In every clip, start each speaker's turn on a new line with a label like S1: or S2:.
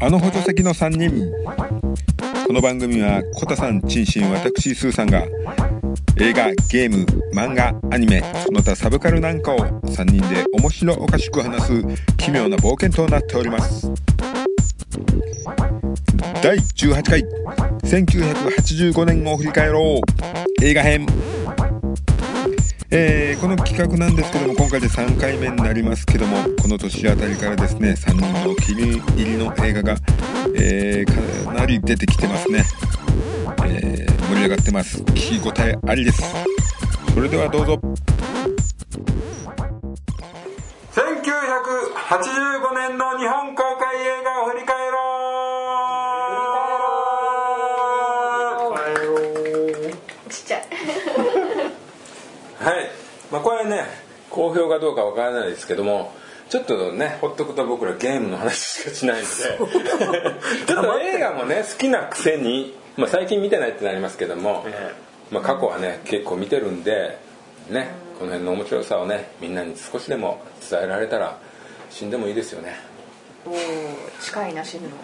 S1: あの補助席の3人この番組はコタさん、チンシン、私スーさんが映画、ゲーム、漫画、アニメその他サブカルなんかを3人で面白おかしく話す奇妙な冒険となっております第18回1985年を振り返ろう映画編えーこの企画なんですけども今回で3回目になりますけどもこの年あたりからですね3人の気に入りの映画が、えーかなり出てきてますね、えー盛り上がってます聞き応えありですそれではどうぞ
S2: 1985年の日本公開映画を振り返ろう
S3: ちっちゃい
S2: はい、まあ、これはね好評かどうかわからないですけどもちょっとねほっとくと僕らゲームの話しかしないんで ちょっと映画もね好きなくせに、まあ、最近見てないってなりますけども、まあ、過去はね結構見てるんでねこの辺の面白さをねみんなに少しでも伝えられたら死んでもいいですよね
S3: おー近いな死ぬの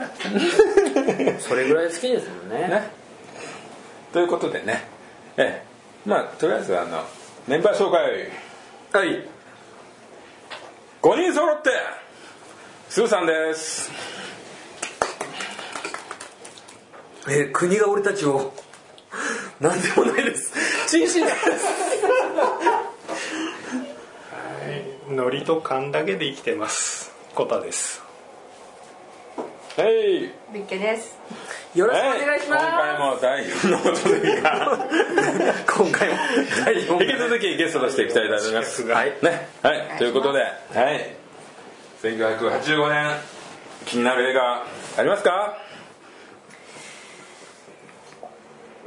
S4: それぐらい好きですもんね
S2: ねということでねええまあとりあえずあのメンバー紹介はい5人揃ってスーさんです
S5: えー国が俺たちを何でもないです真摯です
S6: 海苔と勘だけで生きてますコタです
S2: はいよ
S3: ビッケです
S5: よろしくお願いします、
S2: 今回も第4のお届けが
S5: 今回も第4
S2: 引き続きゲストとしていきたいと思います
S6: はい
S2: ねはいということではい1985年気になる映画ありますか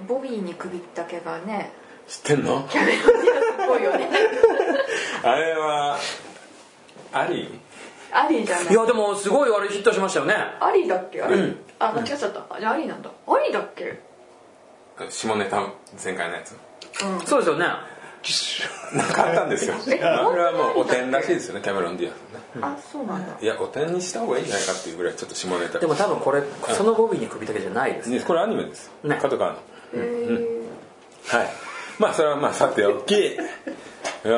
S3: ボビーに首ったけがね
S2: 知ってんの
S3: キャメロンディアスっぽいよ ね
S2: あれはあり
S3: アリーじゃないい
S5: やでもすごいあれヒットしましたよね
S3: アリーだっけあれ、あ間違っちゃったあじゃあアリーなんだアリーだっけ
S2: 下ネタ前回のやつ
S5: そうですよね
S2: なんかあったんです よ。こ
S3: え
S2: れはもうお天らしいですよね、キャメロン・ディアスのね。
S3: あそうなんだ
S2: いや、お天にした方がいいんじゃないかっていうぐらい、ちょっと下ネタ。
S5: でも多分これそのボビーに首だけじゃないです
S2: ねこれアニメです。
S5: ね
S2: カトカの。
S3: へー
S2: はい。まあ、それはまあ、さてお き。いやー、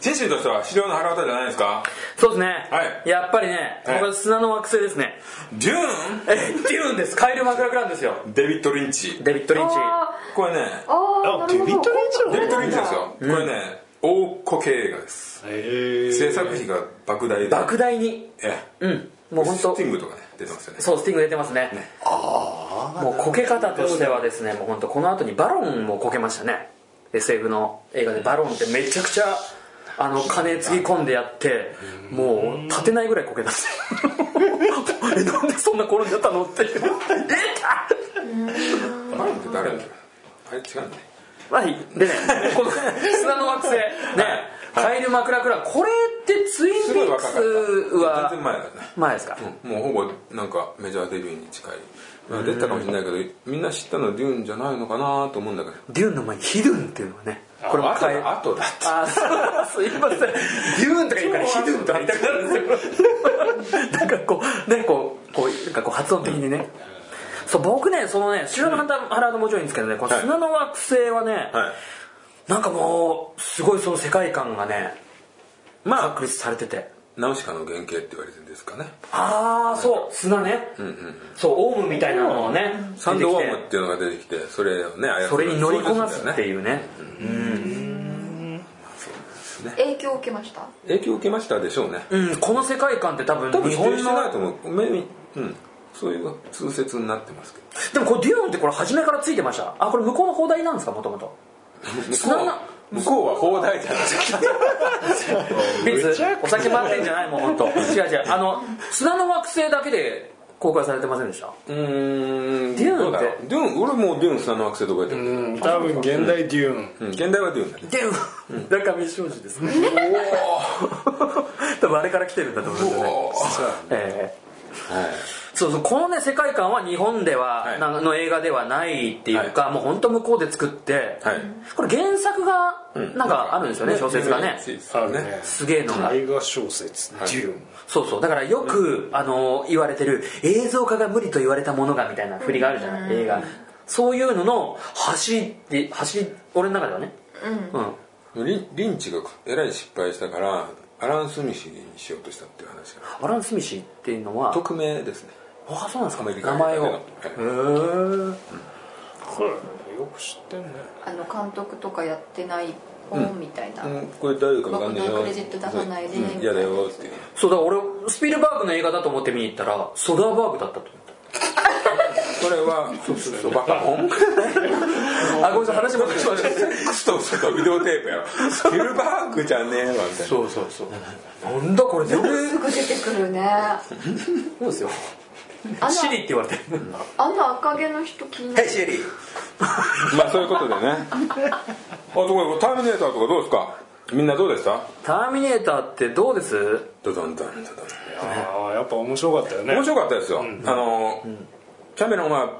S2: ジェシーとしては、資料の腹渡じゃないですか。
S5: そうですね、
S2: はい
S5: やっぱりね、
S2: はい
S5: これ砂の惑星ですね
S2: デュー
S5: えっていうんですカエル・マクラクランですよ
S2: ン、デビッド・リンチ。
S5: デビッド・リンチ
S3: あ
S2: これね
S3: ー、あーなるほど
S6: あデビッドリンチな
S2: デ
S6: の
S2: ビッド・リンチですよ。これね、大こけ映画です。
S6: へえ
S2: 制作費が莫大で。
S5: 莫大に
S2: ええ。
S5: うんもう本
S2: ス
S5: 当
S2: ティングとかね、出てますよね。
S5: そうスティング出てますねああもうこけ方としてはですねもう本当この後にバロンもこけましたね SF の映画でバロンってめちゃくちゃあの金つぎ込んでやってもう立てないぐらいこけたんです よえなんでそんな転んじゃったのっていう
S2: バロンって誰だっけあれ違うんだね。
S5: はいでねこの砂の惑星ねカエルマクラクラこれってツイン
S2: す
S5: ピ
S2: ごい
S5: ーク
S2: 若かっ
S5: ス
S2: た。
S5: は
S2: 全然前だね。
S5: 前ですか、
S2: もうほぼなんかメジャーデビューに近いまあ出てたかもしれないけどみんな知ったのはデューンじゃないのかなと思うんだけど
S5: デューンの前にヒドゥンっていうのがねこ
S2: こ
S5: れ
S2: れ
S5: も
S2: あと
S5: カエル
S2: だあとだって
S5: あーそうすいませんデューンとか言うからヒドゥーンとか言いたくなるんですよなんかこうねこうこうなんかこう発音的にねそう僕ねそのね「白の腹のもちろんいいんですけどねこの砂の惑星はね、
S2: はい
S5: なんかもうすごいその世界観がねまあ確立されてて
S2: ナウシカの原型って言われてるんですかね
S5: ああそう砂ね、そうオウムみたいなのをね
S2: サンドウォ
S5: 出て
S2: ー
S5: きて
S2: ムっていうのが出てきてそれをね操る
S5: それに乗りこなすって
S2: う
S5: いうね
S3: 影響を受けました
S2: 影響を受けましたでしょうね
S5: うんこの世界観って多分
S2: 多分
S5: 日
S2: 否
S5: 本
S2: 定
S5: の
S2: してないと思う目にうんそういう通説になってますけど
S5: でもこれデューンってこれ初めからついてましたあこれ向こうの放題なんですかもともと
S2: 向こうは向こうは放題じゃない
S5: ビーツお酒待ってんじゃないもう本 当。違う違うあの砂の惑星だけで公開されてませんでした
S2: うーん
S5: デューンって
S2: どうだろうデューン俺もデューン砂の惑星と覚えてる
S6: うん多分現代デューン
S2: うん現代はデューンだね
S5: デューン中身庄司ですね 多分あれから来てるんだと思うんですよね
S2: おー
S5: ええ
S2: はい
S5: そうそうこのね世界観は日本では、
S2: はい
S5: なの映画ではないっていうか、もう本当向こうで作って、
S2: はい
S5: これ原作が
S2: ん
S5: なんかあるんですよね、小説がね
S2: そ
S6: あ
S2: う
S6: るね
S5: すげえのが
S6: 大河小説「デューン
S5: そうそうだからよく、あの言われてる映像化が無理と言われたものがみたいな振りがあるじゃない、映画そういうのの走って走俺の中ではねうん、
S2: リリンチがえらい失敗したからアラン・スミシにしようとしたっていう話が
S5: アラン・スミシーっていうのは
S2: 匿名ですね
S5: あそうなんです
S2: ア
S5: か
S2: メリカ
S5: 名前をへえ
S6: これよく知ってんね
S3: あの監督とかやってない本みたいな、
S2: うん、これ誰かわかんないよ
S3: 僕のクレジット出さないで
S2: うん嫌だよっていう
S5: そうだ俺スピルバーグの映画だと思って見に行ったらソダーバーグだったと思っ
S2: それはそうそうそうバカホン
S5: たあごめんなさい話戻ってきました
S2: セックスとそビデオテープやろスピルバーグじゃねえわみたいな
S5: そうそうそうなんだこれ全然
S3: すぐ出てくるねあ
S5: そうですよ
S3: の
S5: シリって言われてる
S3: あの赤毛の人気になる
S5: シリ
S2: まあそういうことでねあとこれ「ターミネーター」とかどうですかみんなどうでした
S5: ターミネーターってどうです
S2: ドドンドンドドン
S6: ああやっぱ面白かったよね
S2: 面白かったですよ、あの、キャメロンは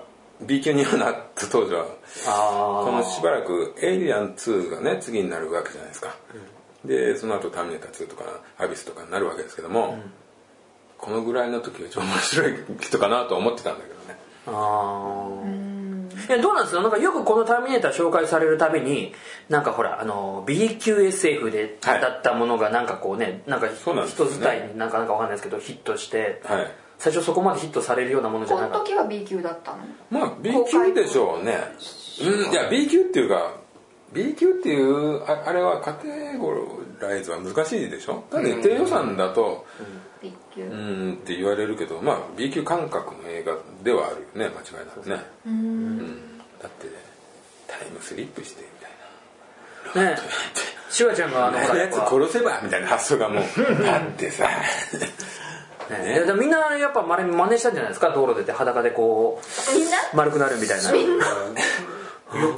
S2: B 級にはなった当時は
S5: あ
S2: このしばらく「エイリアン2」がね次になるわけじゃないですか、でその後ターミネーター2」とか「アビス」とかになるわけですけども、このぐらいの時が一番面白い人かなとは思ってたんだけどね
S5: ああどうなんですかなんかよくこの「ターミネーター」紹介されるたびになんかほらあの B 級 SF で、
S2: はい
S5: だったものがなんかこうねなんか
S2: そうなんです
S5: 人
S2: よね
S5: 伝いになんかなんかわかんないですけどヒットして、
S2: はい
S5: 最初そこまでヒットされるようなものじゃ
S3: こ
S5: な
S3: の
S5: かっ
S3: 時は B 級だったの
S2: まあ B 級でしょうねうんいや B 級っていうか B 級っていうああれはカテゴライズは難しいでしょだって低予算だと
S3: B 級、
S2: うーんって言われるけどまあ B 級感覚の映画ではあるよね間違いなくねうんだってタイムスリップしてみたいな
S5: たねシュワちゃんがあのほ
S2: こ
S5: ら
S2: やつ
S5: やっぱ
S2: 殺せばみたいな発想がもうだって さ
S5: ねいやでもみんなやっぱまれ真似したんじゃないですか道路出て裸でこ
S3: みんな
S5: う丸くなるみたいな
S6: よ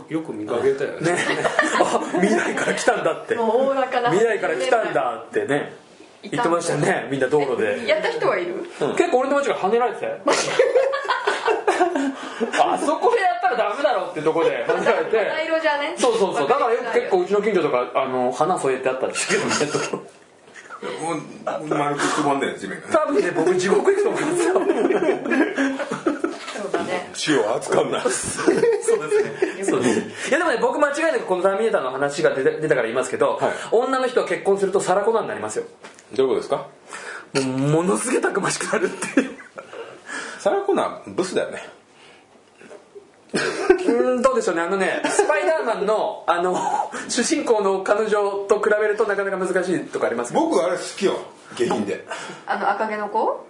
S6: よく見かけたよね
S5: ねあ未来から来たんだって
S3: もう大らかな
S5: 未来から来たんだってね
S3: い
S5: 言
S3: た
S5: ってましたねみんな道路で
S3: やった人はいる
S5: 結構俺の友達が跳ねられてた よあそこでやったらダメだろってとこで跳ねられて
S3: 肌色じゃね
S5: そうそうそうだからよく結構うちの近所とかあの花添えてあったんですけどねとこ
S2: もう丸くくぼんでる地面がね
S5: 多分ね僕地獄行くと思うんですよ
S3: そうだね
S2: 死を扱うな
S5: そうですいやでもね僕間違いなくこの「ターミネーター」の話が出た出たから言いますけど、
S2: はい
S5: 女の人は結婚するとサラコナになりますよ
S2: どういうことですか
S5: もうものすげえたくましくなるっていう
S2: サラコナーブスだよね
S5: うーんどうでしょうねあのねスパイダーマンのあの主人公の彼女と比べるとなかなか難しいとこありますけど
S2: 僕あれ好きよ下品で
S3: あの赤毛の子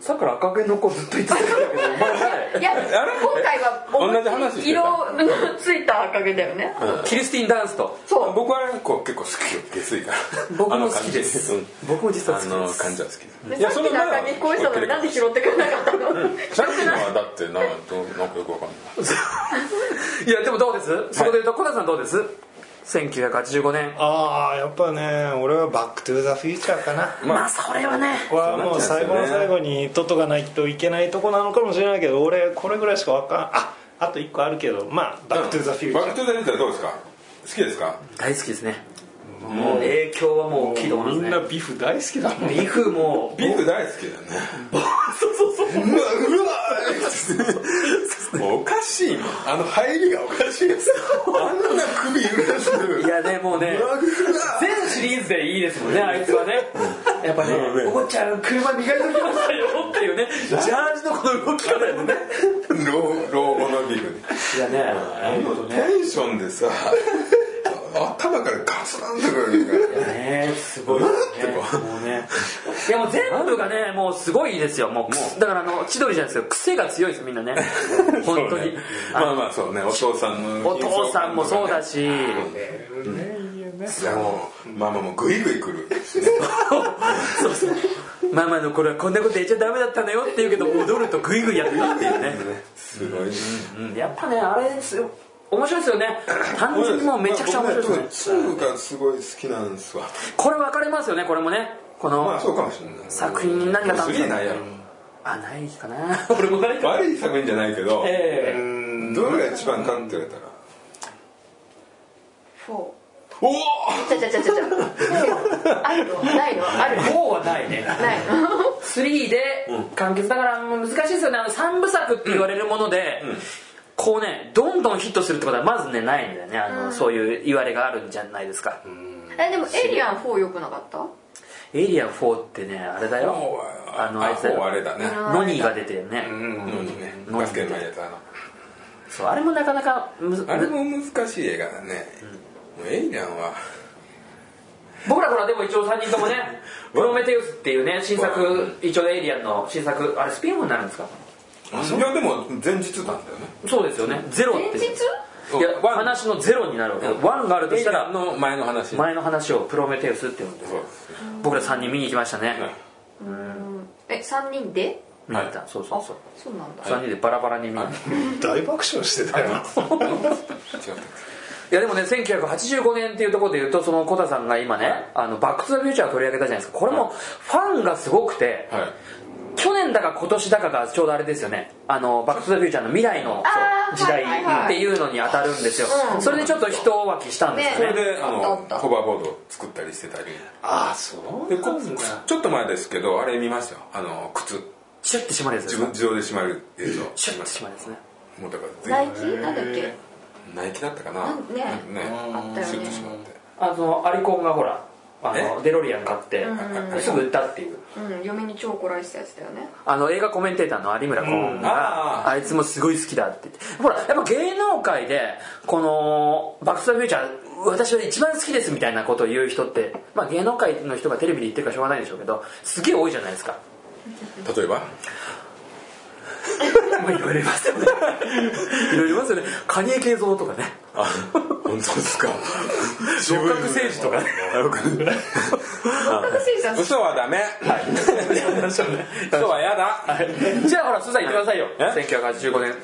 S5: さくら赤毛の子ずっと言ってたんだけどお前
S3: いや今回は
S2: 同じ話してた
S3: 色のついた赤毛だよね、
S5: キリスティン・ダンスと
S3: そう
S2: 僕はねこう結構好きよ下水から
S5: 僕も好きです
S2: あの感じ
S5: 僕も実は好
S2: あ
S5: きで
S2: の
S5: す
S2: 感じは好きです
S3: でさっきの赤毛こうしたのになんで拾ってくれなかったの
S2: さっきのはだってなどうなんかよくわかんない
S5: いやでもどうですそこで言うとコナンさんどうです1985年
S6: ああやっぱね俺は「バック・トゥ・ザ・フューチャー」かな
S5: まあそれはね
S6: はもう最後の最後に取っとかないといけないとこなのかもしれないけど俺これぐらいしかわかんああと1個あるけどまあ「バック・トゥ・ザ・フューチ
S2: バッ
S6: ャー
S2: ク・トゥ・ザ・フューチャーどうですか好きですか
S5: 大好きですねもう影響はもう大きいと」思い
S6: みん
S5: ま
S6: な
S5: すね
S6: ビフ大好きだもん
S5: ビーフも
S2: ビーフ大好きだねそうそうそううわうわもうおかしいもんあの入りがおかしいですあんな首揺らす
S5: いやねもうね
S2: うわうわ
S5: 全シリーズでいいですもんねあいつはねやっぱね「おもちゃん車磨いてきましたよ」っていうね ジャージのこの動き方でね
S2: 老老後のビーフ
S5: いやねああいうことね
S2: テンションでさ頭からガスなんとくるから
S5: ねすごいですねもうねいやもう全部がねもうすごいですよもうくすだからあの千鳥じゃないですけど癖が強いですみんなね本
S2: そ
S5: 当
S2: う
S5: に、
S2: ね
S5: あの
S2: まあまあそうねお父さんの
S5: お父さんもそうだし、
S2: いやもうママもグイグイ来る
S5: そうそうママの頃はこんなこと言っちゃダメだったのよって言うけど踊るとグイグイやってたっていうね
S2: すごい
S5: やっぱねあれですよ面白いですよね単純にもうめちゃくちゃ面白いですね
S2: ツーがすごい好きなんですわ
S5: これ分かれますよねこれもねこの、
S2: まあそうかもしれない
S5: 作品何が楽しい
S2: スリーないやろ
S5: あないかな俺もないかな
S2: 悪い作品じゃないけど、
S5: ええ
S2: どれが一番かって言われたら
S3: フォー
S2: おお
S3: ちゃちゃちゃちゃちゃフォーあるのないのあるの
S5: 4はないね
S3: ないの
S5: 3で完結だからもう難しいですよねあの3部作って言われるもので、こうねどんどんヒットするってことはまずねないんだよねあの、そういう言われがあるんじゃないですか、
S3: えでもエイリアン4良くなかった
S5: エイリアン4ってねあれだよ
S2: あの
S5: いつだよ
S2: あれだね
S5: ノニーが出てるね、
S2: ノニね
S5: ノニ
S2: バスケのやつあの
S5: そうあれもなかなかむず
S2: あれも難しい映画だねもうエイリアンは
S5: 僕らほらでも一応3人ともね「プロメテウス」っていうね新作一応エイリアンの新作あれスピンオフになるんですか
S2: いやでも前日なんだよね
S5: そうですよねゼロっ
S3: 前
S5: て
S3: 日
S5: いや話のゼロになるわけワンがあると
S2: エ
S5: し
S2: イ
S5: た
S2: リア
S5: ら
S2: ンの前の話
S5: 前の話を「プロメテウス」って言うんです
S2: そう
S5: 僕ら3人見に行きましたね
S3: え三3人で
S5: 見に行ったそうそうそう
S3: そうなんだ
S5: 3人でバラバラに見に行った
S6: 大爆笑してたよ
S2: 違った
S5: いやでもね1985年っていうところで言うとそのコタさんが今ね「あのバック・トゥ・ザ・フューチャー」取り上げたじゃないですかこれもファンがすごくて、
S2: はい
S5: 去年だか今年だかがちょうどあれですよね「あのバック・トゥ・ザ・フューチャー」の未来の
S3: あー
S5: 時代
S3: はいはいはい
S5: っていうのに当たるんですよ、
S3: うん
S5: それでちょっと一沸きしたんですよね
S2: それであ
S3: あったあった
S2: のホバーボードを作ったりしてたり
S6: ああそう
S2: でこちょっと前ですけどあれ見ましたよあの靴
S5: シュッてしまるやつ
S2: 自
S5: ですね
S2: 分自動でしまる映像
S5: シュッてし
S2: し
S5: ま
S2: ま
S5: るやつね
S2: たもうだから
S3: ナイ
S2: 全
S3: キなんだっけ
S2: 部ナイキだったかな
S3: なんねあったよね
S2: シュッとしまって
S5: あのアリコンがほらあの
S2: え
S5: デロリアン買って
S2: うん
S5: すぐ売ったっていう
S3: うん嫁に超怒られてたやつだよね
S5: あの映画コメンテーターの有村コーン
S2: うんあ
S5: が
S2: ー
S5: あいつもすごい好きだって言ってほらやっぱ芸能界でこの「バック・スタ・フューチャー私は一番好きです」みたいなことを言う人って、まあ、芸能界の人がテレビで言ってるからしょうがないんでしょうけどすげえ多いじゃないです か
S2: 例えば
S5: まあいろいろいますよねいろいろいますよね蟹江慶三とかね
S2: あ本当です か
S5: 六角政治と かね
S3: 私じゃん
S2: 嘘はダメ嘘はやだ
S5: じゃあほらスーさん言ってくださいよ
S2: え
S5: 1985年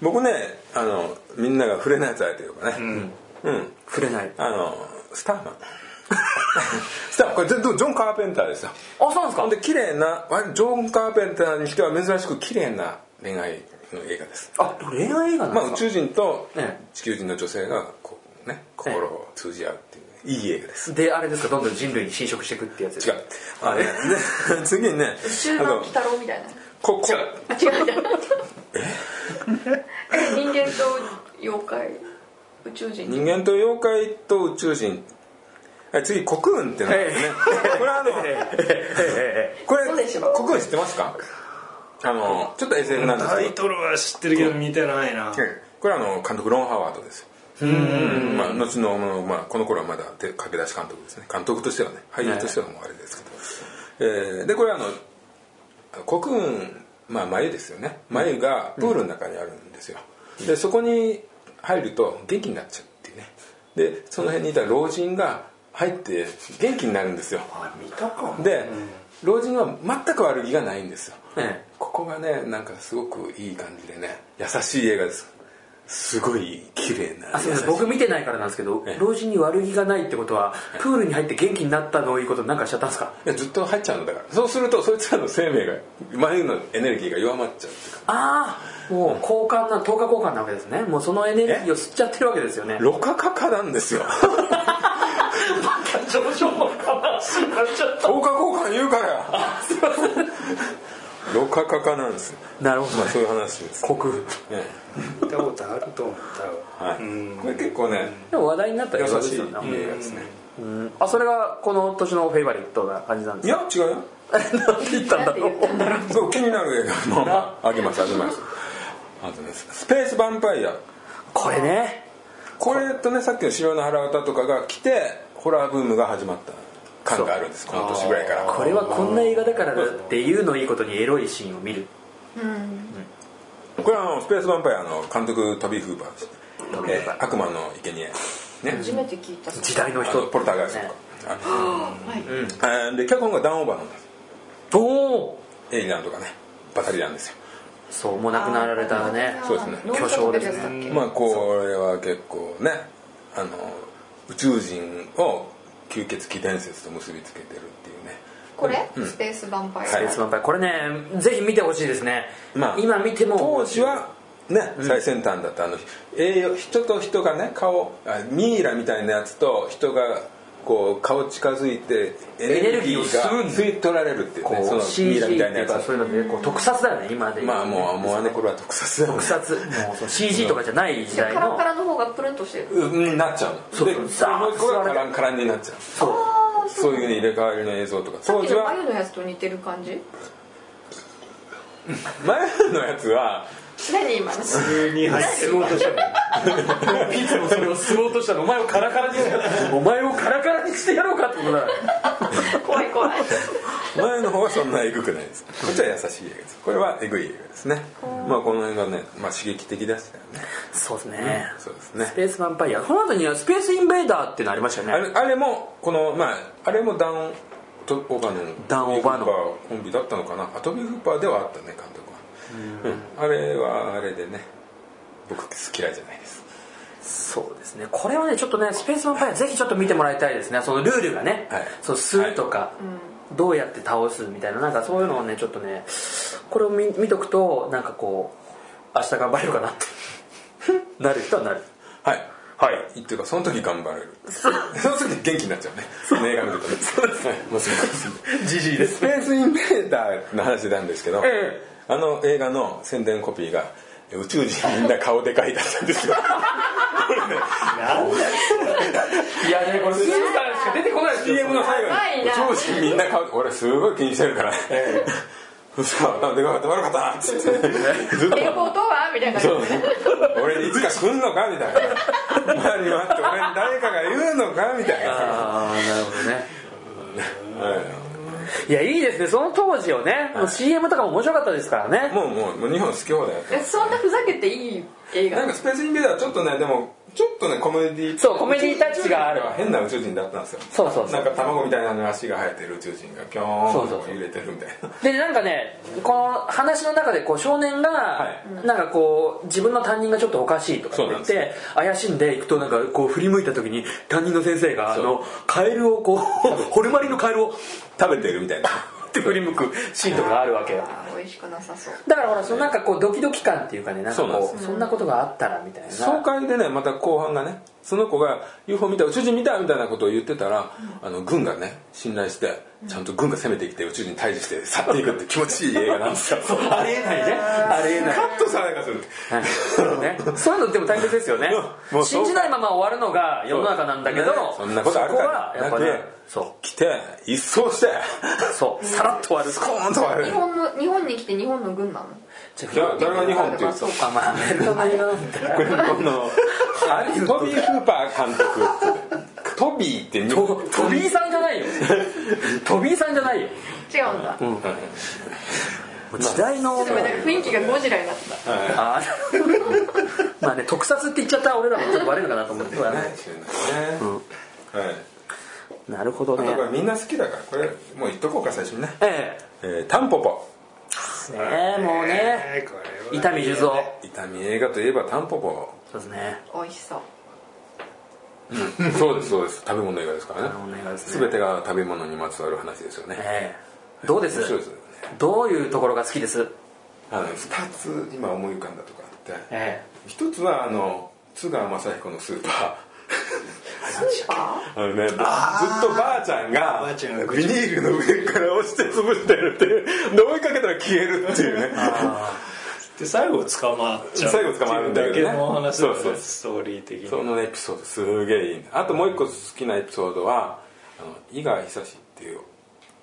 S2: 僕ねあのみんなが触れないやつあれというかねうん
S5: 触れない
S2: あのスター マンスターマンこれ全部ジョン・カーペンターですよ
S5: あそうなんです
S2: ほ
S5: か
S2: んで綺麗な割ジョン・カーペンターにしては珍しく綺麗な恋愛の映画です
S5: あ恋愛映画な
S2: ま
S5: んで
S2: すあ
S5: か、
S2: 宇宙人と
S5: ええ
S2: 地球人の女性がこうね心を通じ合うっていういい映画です
S5: であれですかどんどん人類に侵食していくってやつです
S2: 違
S5: か
S2: うあれで 次にね
S3: 終
S2: あ
S3: 盤
S2: の
S3: 鬼太郎みたいな
S2: ここ
S3: あ違う違うえ人間と妖怪宇宙人
S2: 人間と妖怪と宇宙人え次コクーンってのがあるんですね これはあのこ
S3: そうでし
S2: れ
S3: ょ
S2: コクーン知ってますかあのちょっと SF なんです
S6: タ
S2: け
S6: イ
S2: ど
S6: トルは知ってるけど見てないな
S2: これはあの監督ロン・ハワードですうんまあ後の、まあ、この頃はまだ手駆け出し監督ですね監督としてはね俳優としてはもうあれですけど、えーでこれはあのコクーン、まあ、眉ですよね眉がプールの中にあるんですよ、でそこに入ると元気になっちゃうっていうねでその辺にいた老人が入って元気になるんですよ
S6: 見たかも
S2: で老人は全く悪気がないんですよ
S5: え
S2: ここがねなんかすごくいい感じでね優しい映画ですすごい綺麗な
S5: あすいま
S2: 優し
S5: せん
S2: い
S5: 僕見てないからなんですけど
S2: ええ
S5: 老人に悪気がないってことはプールに入って元気になったのいいことなんかしちゃったんですか
S2: いやずっと入っちゃうのだからそうするとそいつらの生命が前のエネルギーが弱まっちゃうっていうか
S5: ああもう交換な等価交換なわけですねもうそのエネルギーを吸っちゃってるわけですよね
S2: ろ過過化なんです よ
S5: 上昇の話になっちゃっ
S2: 等価交換言うから ろ過過化なんですよ
S5: たなるほ
S2: まあそういう話です、
S5: ど国
S2: え
S6: 見たことあると思ったわ
S2: えはい、これ結構ね
S5: でも話題になった
S2: 優
S5: ら
S2: し
S5: そうです
S2: いい
S5: よ
S2: い
S5: ね
S2: 映画ですね
S5: うんあそれがこの年のフェイバリットな感じなんで
S2: い
S5: す
S2: や違う よ
S5: かなんて言ったんだ
S3: なん
S5: ろ
S3: て言ったんだ
S5: う
S2: そう気になる映画もあげますあげますあとねスペースヴァンパイア
S5: これね
S2: これとねさっきの「白の腹歌」とかが来てホラーブームが始まった感があるんですこの年ぐらいから
S5: これはこんな映画だからだっていうのいいことにエロいシーンを見る
S2: これはあのスペースヴァンパイアの監督トビー・フーバーです、
S5: と
S2: え
S5: か
S2: ー悪魔の生贄ね
S3: 初めて聞いた
S5: 時代の
S2: あの
S5: 人
S2: ポルターガイストと
S5: ね
S2: か、
S3: はい
S2: あので脚本がダン・オーバーなんです
S5: おお
S2: エイリアンとかねバタリアンですよ
S5: そうもう亡くなられたね
S2: そうですね
S3: ノートとか出てたやつだっけ
S2: まあこれは結構ねあの宇宙人を吸血鬼伝説と結びつけてるっていうね
S3: これ、スペースヴァンパイア、
S5: スペースヴァンパイアこれねぜひ見てほしいですね、
S2: まあ
S5: 今見ても
S2: 当時はね、最先端だったあの栄養人と人がね顔あミイラみたいなやつと人がこう顔近づいてエネルギー
S5: エネルギーを
S2: が吸い取られるっていう
S5: こ
S2: ねそうの
S5: CG
S2: ミイラ
S5: って
S2: みたいないや
S5: うか
S2: つ
S5: そういうのでこう特撮だよね今で言
S2: まあもうもうあの頃は特撮だよね
S5: 特撮もうその CG とかじゃない時
S3: じゃあ
S5: 代
S3: カラ
S5: の
S3: カラの方がプルンとしてる
S2: うんなっちゃうの
S5: そう
S2: で
S5: そ
S2: も
S5: う
S2: う一個がカランカランになっちゃう
S5: そう
S3: あ あ
S2: そういうね入れ替わりの映像とか
S3: さ
S2: 当
S3: っき
S2: 時
S3: の
S2: は
S3: 眉のやつと似てる感じ
S2: 前のやつは
S3: 何今の
S6: 急に入って
S5: 吸おうとしたのいつもそれを吸おうとしたのお前をカラカラにしてやろ うお前をカラカラにしてやろうかってことだよ
S3: 怖い怖い
S2: 前の方はそんなえぐくないですこっちは優しい映画ですこれはえぐい映画ですねまあこの辺がね、まあ、刺激的でしたよね
S5: そうですね、
S2: そうですね
S5: スペースヴァンパイアこの後にはスペースインベーダーっていうのありましたよね
S2: あれあれもこのまああれもダンとオバの
S5: ダンオバの
S2: トビーフーパーコンビだったのかなあトビーフーパーではあったね監督はうんあれはあれでね僕好き嫌いじゃないです
S5: そうですねこれはねちょっとねスペースヴァンパイアぜひちょっと見てもらいたいですねそのルールがね、
S2: はい
S5: そう吸うとか、どうやって倒すみたいななんかそういうのをねちょっとねこれを見見とくとなんかこう明日頑張れるかなって なる人はなる
S2: はい
S5: はい
S2: っていうかその時頑張れるその時元気になっちゃうね映画見るとねはいもうすぐ
S5: じじいで
S2: スペースインベーダーの話なんですけど、
S5: え
S2: あの映画の宣伝コピーが「宇宙人みんな顔でかい」だったんですよ
S5: いやねこれスーパーしか出てこないですよ
S2: CM の最後に
S3: やばいな
S2: 「宇宙人みんな顔で俺すごい気にしてるからそしたら頭でかかった悪かった」っつって ずっと
S3: 英語とはみたいな
S2: そ
S3: 感
S2: う
S3: じで
S2: 俺にいつか来んのかみたいな周り待って俺に誰かが言うのかみたいな
S5: ああなるほどね
S2: はい
S5: いやいいですねその当時をね、もう CM とかも面白かったですからね
S2: もうもうもう日本好き放題やって
S3: えそんなふざけていい映
S2: な
S3: 画
S2: んかスペースインベーダーはちょっとねでもちょっとねコメディ
S5: そうコメディタッチがある
S2: 変な宇宙人だったんですよ
S5: そうそうそう
S2: なんか卵みたいなのに足が生えてる宇宙人がピョーン
S5: そうそう
S2: と
S5: そう
S2: 揺れてるみたいな
S5: でなんかねこの話の中でこう少年が、
S2: は
S5: なんかこう自分の担任がちょっとおかしいとか
S2: そう
S5: 言
S2: なん
S5: っ
S2: ですよ
S5: て怪しんでいくとなんかこう振り向いた時に担任の先生があ
S2: そう
S5: のカエルをこうホルマリンのカエルを
S2: 食べてるみたいな
S5: って 振り向くシーンとかがあるわけよ
S3: あー美味しくなさそう
S5: だからほらそのなんかこうドキドキ感っていうかねなんか
S2: そうなんで
S5: こ
S2: す
S5: う
S2: よ
S5: そんなことがあったらみたい な
S2: 爽快でねまた後半がねその子が UFO 見た宇宙人見たみたいなことを言ってたら、あの軍がね信頼してちゃんと軍が攻めてきて宇宙人に対峙して去っていくって気持ちいい映画なんです よ
S5: ありえないねありえ
S2: カ
S5: ない
S2: ットされかする
S5: ね、そういうのでも大切ですよね
S2: もうそう
S5: 信じないまま終わるのが世の中なんだけど
S2: そうねそんなことあるか
S5: はやっぱね
S2: なく
S5: そ
S2: 来て一掃して
S5: うそうさらっと終わる
S2: スコーンと割れ
S3: 日
S2: る
S3: 本の日本に来て日本の軍なの
S2: いや誰が日本って言うと
S3: そう
S5: あまあアメリカの映画なんだ
S2: これこの あれトビー・フーパー監督トビーって日本
S5: トトビーさんじゃ ないよトビーさんじゃないよ
S3: 違うんだ、ちょ
S5: もう時代の
S3: っと待って雰囲気がゴジラになってた
S5: あ まあね特撮って言っちゃったら俺らもちょっとバレるかなと思ってたね
S2: はい
S5: なるほど
S2: あ
S5: ね
S2: とこれみんな好きだからこれもう言っとこうか最初にね
S5: え
S2: えータンポポ
S5: えねえもうね伊丹十三
S2: 痛み映画といえばタンポ ポ
S5: そうですね
S3: 美味しそう
S2: そうですそうです食べ物映画ですからね
S5: 食べ物映画ですね
S2: 全てが食べ物にまつわる話ですよね
S5: ええどうです
S2: 面白いですよね
S5: どういうところが好きです
S2: あの2つ今思い浮かんだとかあって
S5: え
S2: 一つはあの津川雅彦のスーパー
S3: スーパ
S2: あのね、ずっとばあちゃんが
S6: ばあちゃんが
S2: ビニールの上から押して潰してるっていうで追いかけたら消えるっていうね
S6: で最後捕まっちゃう
S2: 最後捕まるんだけどね
S6: っていうだけの話だよね
S2: そうそう
S6: ストーリー的に
S2: そのエピソードすげえいいあともう一個好きなエピソードはあの伊賀久志っていう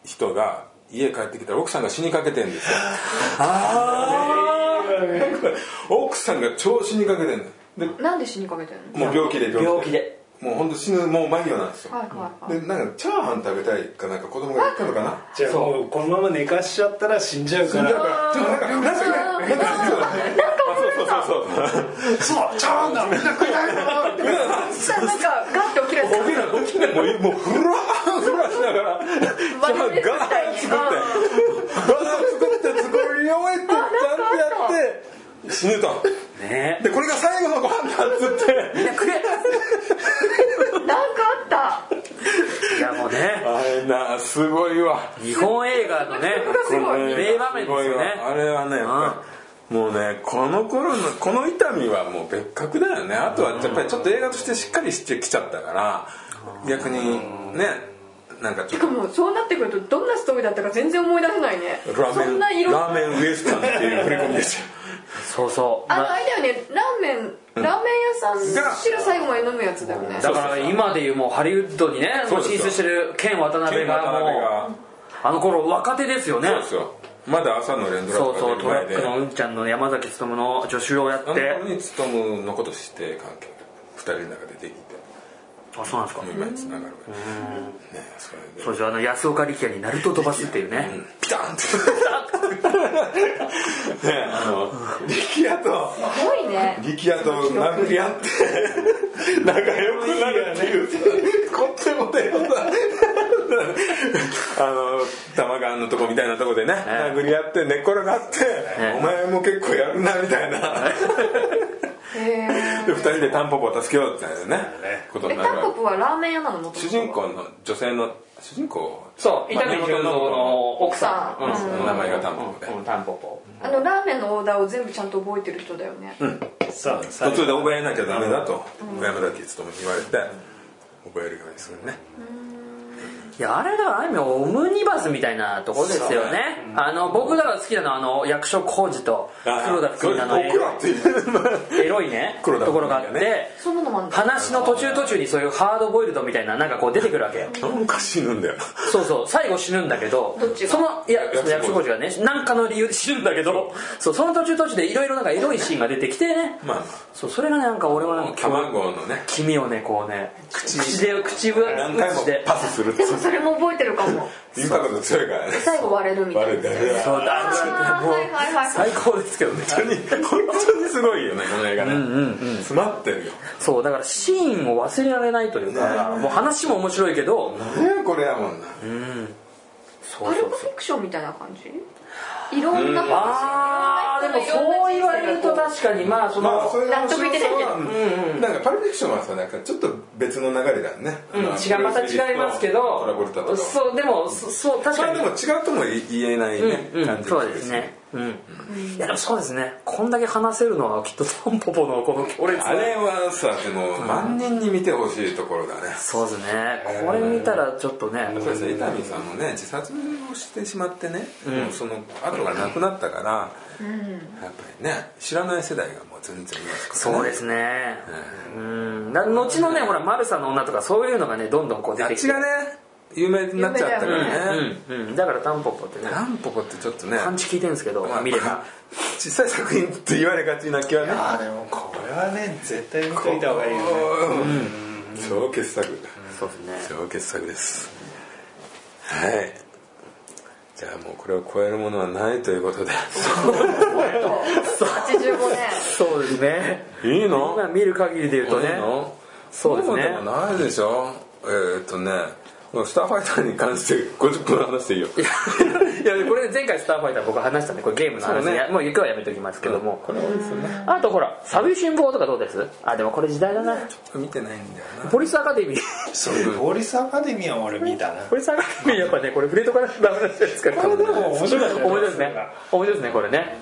S2: 人が家帰ってきたら奥さんが死にかけてるんですよ奥さんが超死にかけてるで
S3: ーなんで死にかけてんの
S2: もう病気で
S5: 病気で
S2: もう本当死ぬもう間際なんですよ
S3: 怖い怖い怖い
S2: でなんかチャーハン食べたいかなんか子供が言ったのかな
S6: じゃあもうこのまま寝かしちゃったら死んじゃうから
S2: だからちょっとなんかなんかね変なそうそうそうそう
S6: そうちゃうんだみんな食いたいな
S3: さなんかガッて起きる やつ
S2: 起きない起きないもうもうフラフラしながらガーッ作ってガーッ作って作り終えてちゃんとやって死ぬと
S5: ね
S2: でこれが最後のご飯だっつって
S5: えくれ
S3: なんかあった
S5: いやもうね
S2: あれなすごいわ
S5: 日本映画のね
S3: すごい
S5: 名場面です
S2: す
S5: よ
S2: ごい
S5: ね
S2: わあれはねやっぱりもうねこの頃のこの痛みはもう別格だよねあとはやっぱりちょっと映画としてしっかりしてきちゃったから逆にねなんか
S3: て
S2: ちょっと
S3: かもうそうなってくるとどんなストーリーだったか全然思い出せないね
S2: ラ
S3: そ
S2: ーメ
S3: ん
S2: ン
S3: な色々
S2: ラーメンウエスタンっていう振り込みでし
S5: そうそう
S3: あ
S5: ま
S3: のあれだよねラーメンラーメン屋さん汁最後まで飲むやつだよね
S5: だから今でいうもうハリウッドにね
S2: そ
S5: も
S2: う
S5: う
S2: ですよ
S5: 進出してるケン渡
S2: た
S5: 辺がもうあの頃若手ですよね
S2: そうですよまだ朝の連ドラ
S5: そ
S2: と
S5: う
S2: か
S5: そう
S2: 出
S5: ト
S2: る
S5: ラ
S2: 前
S5: ックのうんちゃんの山崎努の助手をやって
S2: であの頃に勤むのことして関係二人の中でできて
S5: あそうなんですか
S2: もう今につながるからねそれで
S5: そうですよあの安岡力也にナルト飛ばすっていうね
S2: ピタンってね あの力也と
S3: すごいね
S2: 力也と殴り合って仲良くなるっていうこってもてよなあの玉川のとこみたいなとこでね殴り合って寝っ転がって
S5: ね
S2: お前も結構やるなみたいな
S3: へー
S2: で2人でタンポポを助けようってねこと
S3: え
S2: になる
S3: タン
S2: わ
S3: ポ
S2: け
S3: ポはラーメン屋なの元々
S2: 主人公の女性の主人公
S5: そう伊丹十三の奥さん
S3: 奥さん
S2: うん名前がタンポポで
S5: うんタンポポ
S3: あのラーメンのオーダーを全部ちゃんと覚えてる人だよね
S6: さあ
S2: 途
S6: 最
S2: 中
S6: 後
S2: で覚えなきゃダメだと小山崎勤に言われて覚えるようにするね
S5: いやあれだからある意味オムニバスみたいなところですよねあの僕だから好きなのはあの役所広司と黒田
S2: 君
S5: 君なのエ
S2: 僕らっていう
S5: ロいね
S2: 黒田
S5: ところがあっ
S2: 君が
S5: て
S3: そんなのもあんだ
S5: 話の途中途中にそういうハードボイルドみたいななんかこう出てくるわけよ
S2: なんか死ぬんだよ
S5: そうそう最後死ぬんだけど
S3: どっちが
S5: そのいや
S2: 役所
S5: 役所広司がね何かの理由で死ぬんだけどそうその途中途中でいろいろなんかエロいシーンが出てきてね
S2: まあ
S5: そうそれがねなんか俺は
S2: ま
S5: な
S2: あ
S5: んか今日
S2: 卵のね
S5: 黄身をねこうね口で口ぶ
S2: 何回も
S5: 口で
S2: パスするって
S3: でもそれも覚えてるかも
S2: インパクト強いからね
S3: 最後割れるみた
S2: バ
S3: いな
S2: レてる
S5: そうだ
S3: あー
S5: もう
S3: はいはいはい
S5: 最高ですけどね
S2: 本当に本当にすごいよねこの映画ね詰まってるよ
S5: そうだからシーンを忘れられないというかもう話も面白いけど
S2: ねこれやもんな
S5: そう
S3: パ
S5: そ
S3: ル
S5: う
S3: プフィクションみたいな感じいろんな
S5: あーでもそう言われると確かにまあそ
S2: まあ
S5: の
S2: それが面白さは
S5: 納得いってない
S2: うんなんかパルフィクションはさなんかちょっと別の流れだよね
S5: うん違うまた違いますけ
S2: トラボルタと
S5: ど
S2: か
S5: そうでもそそう確
S2: それ
S5: か
S2: は
S5: に
S2: でも違うとも言えないね
S5: うんう
S2: 感
S5: ん
S2: じ
S5: そうですねうんいやでもそうですねこんだけ話せるのはきっとタンポポのこの強烈な
S2: あれはさでも万人に見てほしいところだね
S5: そうですねこれ見たらちょっとね
S2: そうですね伊丹さんもね自殺をしてしまってね、もうその後がなくなったから、やっぱりね知らない世代がもう全然いますから、ね、
S5: そうですねうんな後のねほらマルサの女とかそういうのがねどんどんこう出
S2: あって
S5: き
S2: ち
S5: て
S2: がね有名になっちゃったからね
S5: うんうんだからタンポポってね
S2: ランポコってちょっとね
S5: パンチ効いてるんですけど見れば
S2: 小さい作品って言われがちな気はね
S6: あでもこれはね絶対見といた方がいいよね
S2: うん超傑作
S5: そうですね
S2: 超傑作ですはいじゃあもうこれを超えるものはないということで
S3: 85
S5: そうですね
S2: いいの
S5: 今見る限りで言うとね
S2: いいの
S5: そうですね
S2: でもないでしょえーっとねスターファイターに関して50分話していいよ
S5: いやこれ前回スターファイター僕話したんでこれゲームの
S2: そ
S5: 話
S2: うね
S5: いやもう今日はやめておきますけども
S2: これ多いですよね
S5: あとほら「寂しん坊」とかどうですあでもこれ時代だな
S2: 見てないんだよな
S5: ポリスアカデミー
S2: そういう
S6: ポリスアカデミーは俺見たな
S5: ポリスアカデミーやっぱねこれ触れとかないとダメなんじゃないですかこれでも
S6: 面白かったね
S5: 面白いですね面白いですねこれね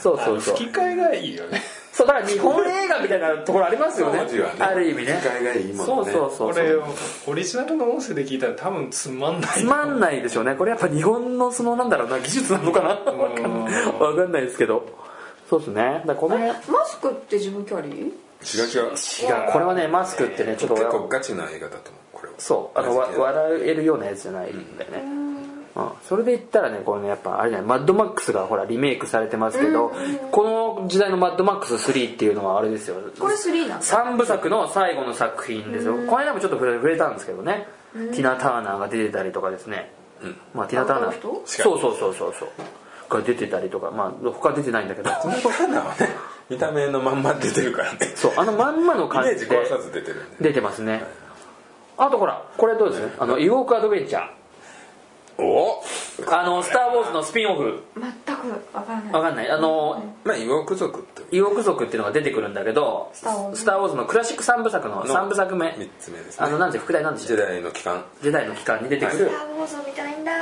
S5: そうそうそう
S6: 吹き替えがいいよね
S5: そうだから日本映画みたいなところありますよね
S2: 当時はね
S5: ある意味ね
S2: 機会がいいもんね
S5: そうそうそう
S6: これをオリジナルの音声で聞いたら多分つまんない
S5: つまんないでしょうねこれやっぱ日本のそのなんだろうな技術なのかなわかんないわかんないですけどそうですねだからこの違う
S3: マスクって自分キャリー
S2: 違う違う
S5: これはねマスクってねちょっと
S2: 結構ガチな映画だと思うこれは
S5: そうあのわ笑えるようなやつじゃないんだよね、うん、それで言ったらねこれねやっぱあれじゃないマッドマックスがほらリメイクされてますけどこの時代のマッドマックス3っていうのはあれですよ
S3: これ3なんだ
S5: 3部作の最後の作品ですよこの間もちょっと触れ触れたんですけどねティナ・ターナーが出てたりとかですね、まあティナ・ターナ
S3: あ
S5: ー
S3: この人
S5: そうそうそうそうそうが出てたりとかまあ他出てないんだけど
S2: そのバナーはね見た目のまんま出てるからね
S5: そうあのまんまの
S2: イメ
S5: 感
S2: ージ
S5: じで
S2: 壊さず出てるんで
S5: 出てますねあとほらこれどうですあの「イウォーク・アドベンチャー
S2: お」
S5: あの「スター・ウォーズ」のスピンオフ
S3: 全くわからない
S5: わかんないあの
S2: まあイオク族って
S5: イウォーク族っていうのが出てくるんだけど「ス
S3: ターウォーズ
S5: ター・ウォーズ」のクラシック3部作の3部作目
S2: 3つ目です
S5: あの
S2: ね
S5: なんて副題なんでしょ
S2: 時
S5: う
S2: 代の期間
S5: ジェダイの期間に出てくる
S3: はいウォーズを見てないんだ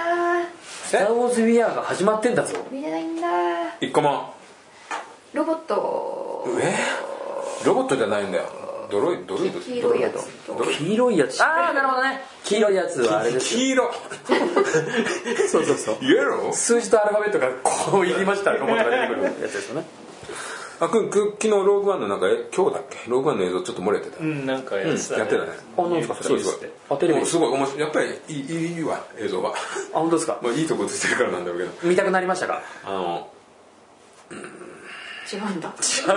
S5: スター・ウォーズ・ウィアーが始まってんだぞ
S3: 見てないんだ
S2: 一個も
S3: ロボット
S2: えロボットじゃないんだよドロイドロイド
S3: 黄色いやつ
S2: ドロイ
S5: 黄色いやつああなるほどね黄色いやつはあれ
S2: ド
S5: ですよ
S2: 黄色
S5: そうそうそう
S2: イエロー
S5: 数字とアルファベットがこう入りましたらロボットが出てくるやつですよね
S2: あくんくん昨日ローグワンのなんかえ今日だっけローグワンの映像ちょっと漏れてた、
S6: うんなんかやってたね
S2: やってたね
S5: あなんですか
S2: すごいすご
S5: あ
S2: い
S5: テレビ
S2: もうすごい面白いやっぱりいいいいいわ映像は
S5: あ本当ですか
S2: まあいいとこ映ってるからなんだろうけど
S5: 見たくなりましたか
S2: あの
S3: 違うんだ
S5: 素直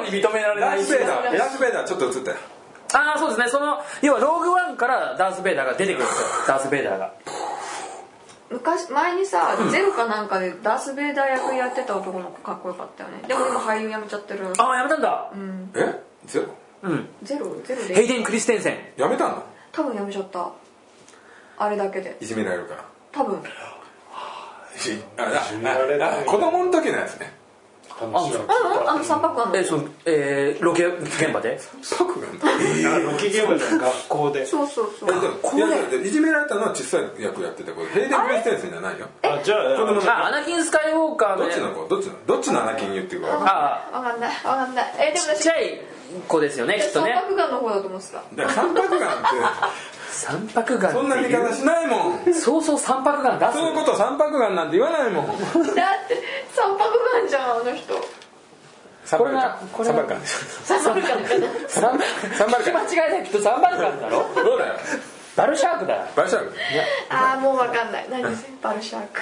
S5: に認められな
S2: ラ
S5: い
S2: スベイダーラスベイダーちょっと映ったよ
S5: ああそうですねその要はローグワンからダース・ベイダーが出てくるんですよダース・ベイダーが
S3: 昔前にさゼロかなんかでダース・ベイダー役やってた男の子かっこよかったよねでも今俳優辞めちゃってる
S5: ああやめたんだ
S2: えゼロ
S5: うん
S3: ゼロゼロ
S5: ヘイ
S3: で
S5: デン・クリステンセン
S2: やめたの
S3: 多分辞めちゃったあれだけで
S2: いじめられるから
S3: 多分
S2: しああ
S6: じめられない
S2: ああ子供の時のやつね
S6: 話が
S3: うんあの三拍あん
S5: え
S3: の
S5: そのえーロケ現場で
S2: パクが
S6: あロケ現場じゃん学校で
S3: そうそうそう
S2: いやいやいじめられたのは小さい役やってた子ヘイデン・クリステンセンじゃないよ
S6: あじゃあ
S2: 子供の
S5: あアナキン・スカイウォーカー
S2: ど
S5: の
S2: っちの子どっちのどっちの穴金言 ってるか分かんない
S5: あ
S3: わかんないわかんないえでも
S5: ちっ
S3: 私
S5: ちゃい子ですよねきっと
S3: 三
S5: ね
S3: 白眼の方だと思ってた
S2: だから三白眼って
S5: 三白眼
S2: そんな見方しないもん
S5: そうそう三白眼
S2: その
S5: 出
S2: こと三白眼なんて言わないもん
S3: だって三白眼じゃんあの人
S2: 三白
S5: これがこ
S2: 眼
S5: れ
S2: 三
S5: が
S2: 白眼です
S3: 三白眼かな
S5: す三聞き間違いだけど三白眼だろ
S2: どうだよ
S5: バルシャークだよ
S2: バイシャル
S3: あーもうわかんない何せバルシャーク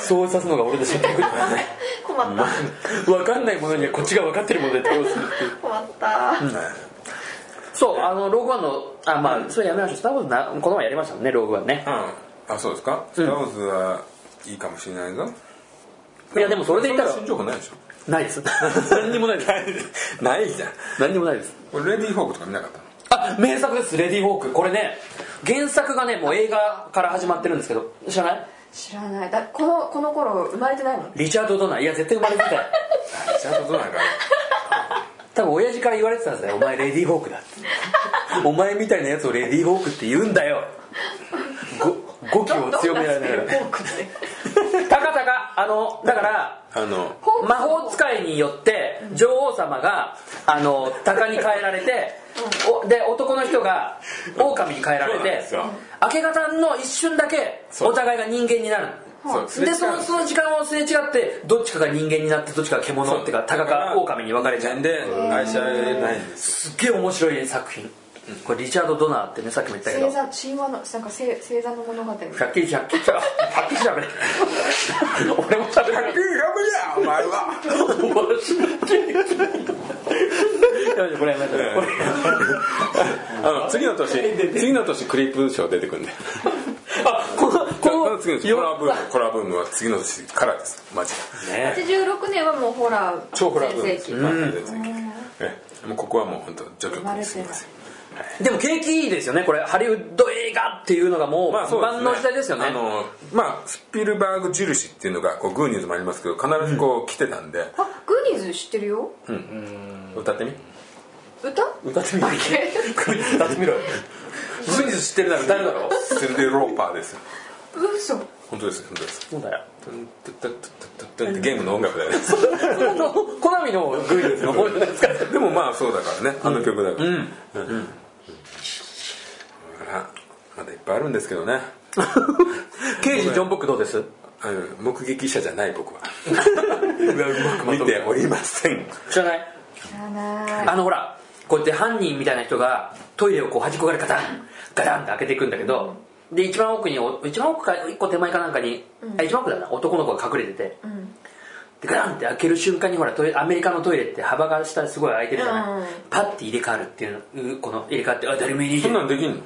S5: そうさすのが俺の失格だね
S3: 困った
S5: 分かんないものにはこっちが分かってるもので対応するっていう
S3: 困った
S5: そうあのローグワンのあまあそれやめましょうスター・ウォーズなこの前やりましたもんねローグワンね
S2: うんあそうですかスター・ウォーズはいいかもしれないぞ
S5: いやでもそれで言ったら
S2: そんな新情報ないでしょ
S5: ない です何にもないです
S2: ないじゃん
S5: 何にもないです
S2: これレディー・フォークとか見なかったの
S5: あ名作です「レディー・ウォーク」これね原作がねもう映画から始まってるんですけど知らない
S3: 知らないだこのこの頃生まれてないの
S5: リチャード・ドナーいや絶対生まれて たよ
S2: あちゃんとどうなんか
S5: 多分親父から言われてたんですよ「お前レディー・ホーク だ」って「お前みたいなやつをレディー・ホークって言うんだよ」語気を 強められなが
S3: どんなスペルフ
S5: ら
S3: ォークって
S5: たかたかあのだから
S2: あの
S3: フォーク
S5: 魔法使いによって女王様があの鷹に変えられて、おで男の人が狼に変えられ
S2: そうなんで
S5: て
S2: すよ
S5: 明け方の一瞬だけ
S2: そう
S5: お互いが人間になる
S2: そうすれ違
S5: で
S2: う
S5: そのその時間をすれ違ってどっちかが人間になってどっちかが獣っていうか鷹か狼に分かれちゃう
S2: で愛し合えないんです
S5: すっげえ面白い作品これリチャード・ドナーってねさっきも言ったけど
S3: 星座神話のなんか星星座の物語
S5: 100均100均100均し ゃべれ俺もしゃべれ
S2: 100じゃんお前 は
S5: 面白いやめてこれやめてこれ
S2: あの次の年次の年クリップ賞出てくるんで
S5: あこの
S2: こ
S5: こ
S2: の
S5: の
S2: 次の年コラーブームコラーブームは次の年からですマジで
S5: ね
S3: 86年はもうホラー
S2: 超コラーブーム
S3: 全
S2: で
S3: 盛期
S2: すうんええもうここはもう本当除去
S3: 生まれ
S2: す
S3: て
S2: み
S3: ない
S2: ません
S5: でも景気いいですよねこれハリウッド映画っていうのがもう
S2: まあそうですね
S5: 万能時代ですよね,、
S2: あのまあスピルバーグ印っていうのがこうグーニーズもありますけど必ずこう来てたんで
S3: あグーニーズ知ってるよ
S2: 歌ってみ
S3: 歌
S5: 歌ってみろ歌ってみ ろよグーニーズ知ってるなら歌えるだろ
S2: それでローパーです
S3: 嘘
S2: 本当です本当です
S5: そうだ よ
S2: トゥントゥットゥットゥットゥンってゲームの音楽だよね
S5: コナミのグーニーズの方じゃないですか
S2: でもまあそうだからねあの曲だからうんだからまだいっぱいあるんですけどね
S5: 刑事ジョン・ブックどうです
S2: あの目撃者じゃない僕は見てお りません
S5: 知らない
S3: 知らない
S5: あのほらこうやって犯人みたいな人がトイレをこう端っこからガタンガタンって開けていくんだけどで一番奥にお一番奥か一個手前かなんかに、あ一番奥だな男の子が隠れてて、でガタンって開ける瞬間にほらトイレアメリカのトイレって幅が下ですごい開いてるじゃない、
S3: うん
S5: パッて入れ替わるっていううこの入れ替わってあ誰もいねえじ
S2: そ
S5: ゃ
S2: ん
S5: ん
S2: なんできんの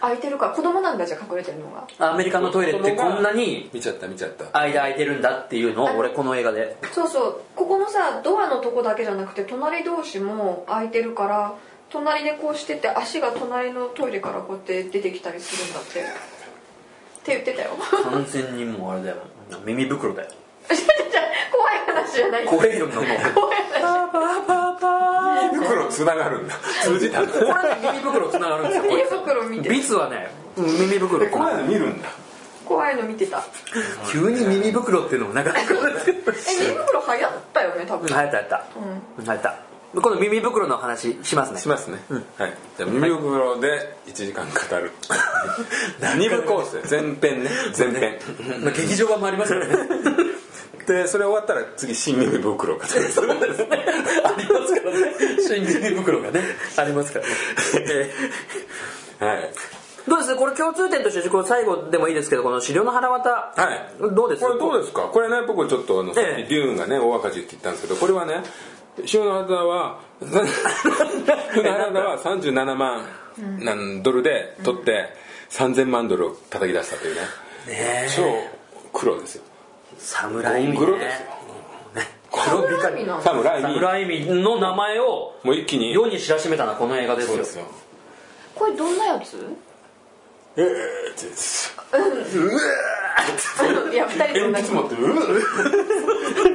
S3: 空いてるから子供なんだじゃあ隠れてるのが
S5: アメリカのトイレってこんなに
S2: 見ちゃった見ちゃった
S5: 間空いてるんだっていうのを俺この映画で
S3: そうそうここのさドアのとこだけじゃなくて隣同士も空いてるから隣でこうしてて足が隣のトイレからこうやって出てきたりするんだってって言ってたよ
S5: 完全にもうあれだよ耳袋だよ
S3: 怖い話じゃない
S5: 怖いよもう
S3: 怖い話
S5: パーパーパーパー
S2: 袋つながるんだ通じたんだ
S5: これね耳袋つながるんですよこ
S3: 手
S5: れ
S3: 袋見て
S5: ビツはね耳袋
S2: こういうの見るんだ
S3: 怖いの見てた
S5: 急に耳袋っていうのもなかなか
S3: え耳袋流行ったよね多分
S5: 流行った流行った流行ったこの耳袋の話しますね
S2: しますね、はいじゃあ耳袋で1時間語る 二部コースで前編ね前編
S5: まあ劇場版もありますからね
S2: でそれ終わったら次新耳袋語る
S5: ありますからね新耳袋がねありますからねえ
S2: はい
S5: ーどうですこれ共通点としてこれ最後でもいいですけどこの資料の腹渡
S2: はい
S5: どうです
S2: これどうですかこれね僕ちょっとあのさっ
S5: え
S2: き
S5: え
S2: 龍雲がね大赤字って言ったんですけどこれはね塩の肌は 塩の肌は37万なんドルで取って3000万ドルを叩き出したというね
S5: ね
S2: 超苦労ですよ
S5: 侍みね
S2: ゴングロですよ
S5: 黒ビカ
S3: 意味なの
S2: 侍に
S5: 侍味の名前を
S2: もう一気に
S5: 世に知らしめたのはこの映画です
S2: そう
S5: よ
S2: ですよ
S3: これどんなやつ
S2: ええって言
S3: いや二人
S2: って
S3: と同
S2: 鉛
S3: じ
S2: 筆持ってうー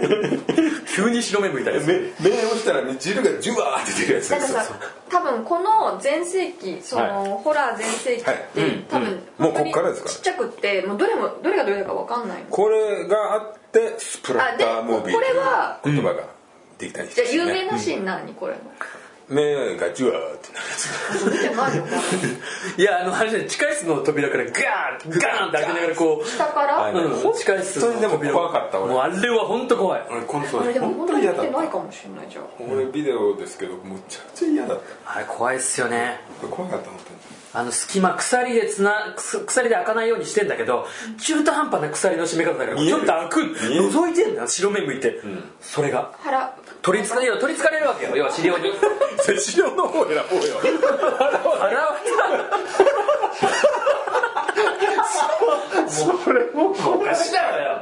S5: 急に白目向いたり
S2: 目目をしたらね汁がジュワーって出るやつ
S3: だ
S2: で
S3: から
S2: す
S3: さ多分この全盛期その、
S2: は
S3: ホラー全盛期って、
S2: はいうん
S3: 多分、
S2: うんもう
S3: 本当に
S2: こっからですから
S3: ちっちゃくってもうどれもどれがどれだかわかんない
S2: これがあってスプラ
S3: あ
S2: ッ
S3: で
S2: タームービー
S3: これは
S2: という言葉ができたりし
S3: じ
S2: て
S3: ゃあ
S2: ね
S3: 有名なシーン何、これの
S2: 目がジュワーってなる
S3: 見てないよこ
S5: いやあのあれね地下室の扉からガーンガーンって開けながらこう
S3: れ下から、
S2: はい
S5: うん地下室の
S2: 本当にでも怖かった俺
S5: もうあれは本当怖い
S2: 俺この
S3: あれでも本当に見
S2: 嫌
S3: て
S2: だっ
S3: ない
S2: た
S3: かもしれないじゃん
S2: 俺ビデオですけどむちゃくちゃ嫌だった
S5: あれ怖いっすよね
S2: これ怖かった本当に
S5: あの隙間鎖でつなくす鎖で開かないようにしてんだけど中途半端な鎖の締め方だから
S2: 見える
S5: ちょっと開く
S2: 見える
S5: 覗いてんだよ白目向いて、それが
S3: 腹
S5: 取りつか要は取りつかれるわけよ要は資 料に
S2: 資料の方選ぼう よ
S5: あらわ
S6: それも
S5: おかしいだろよ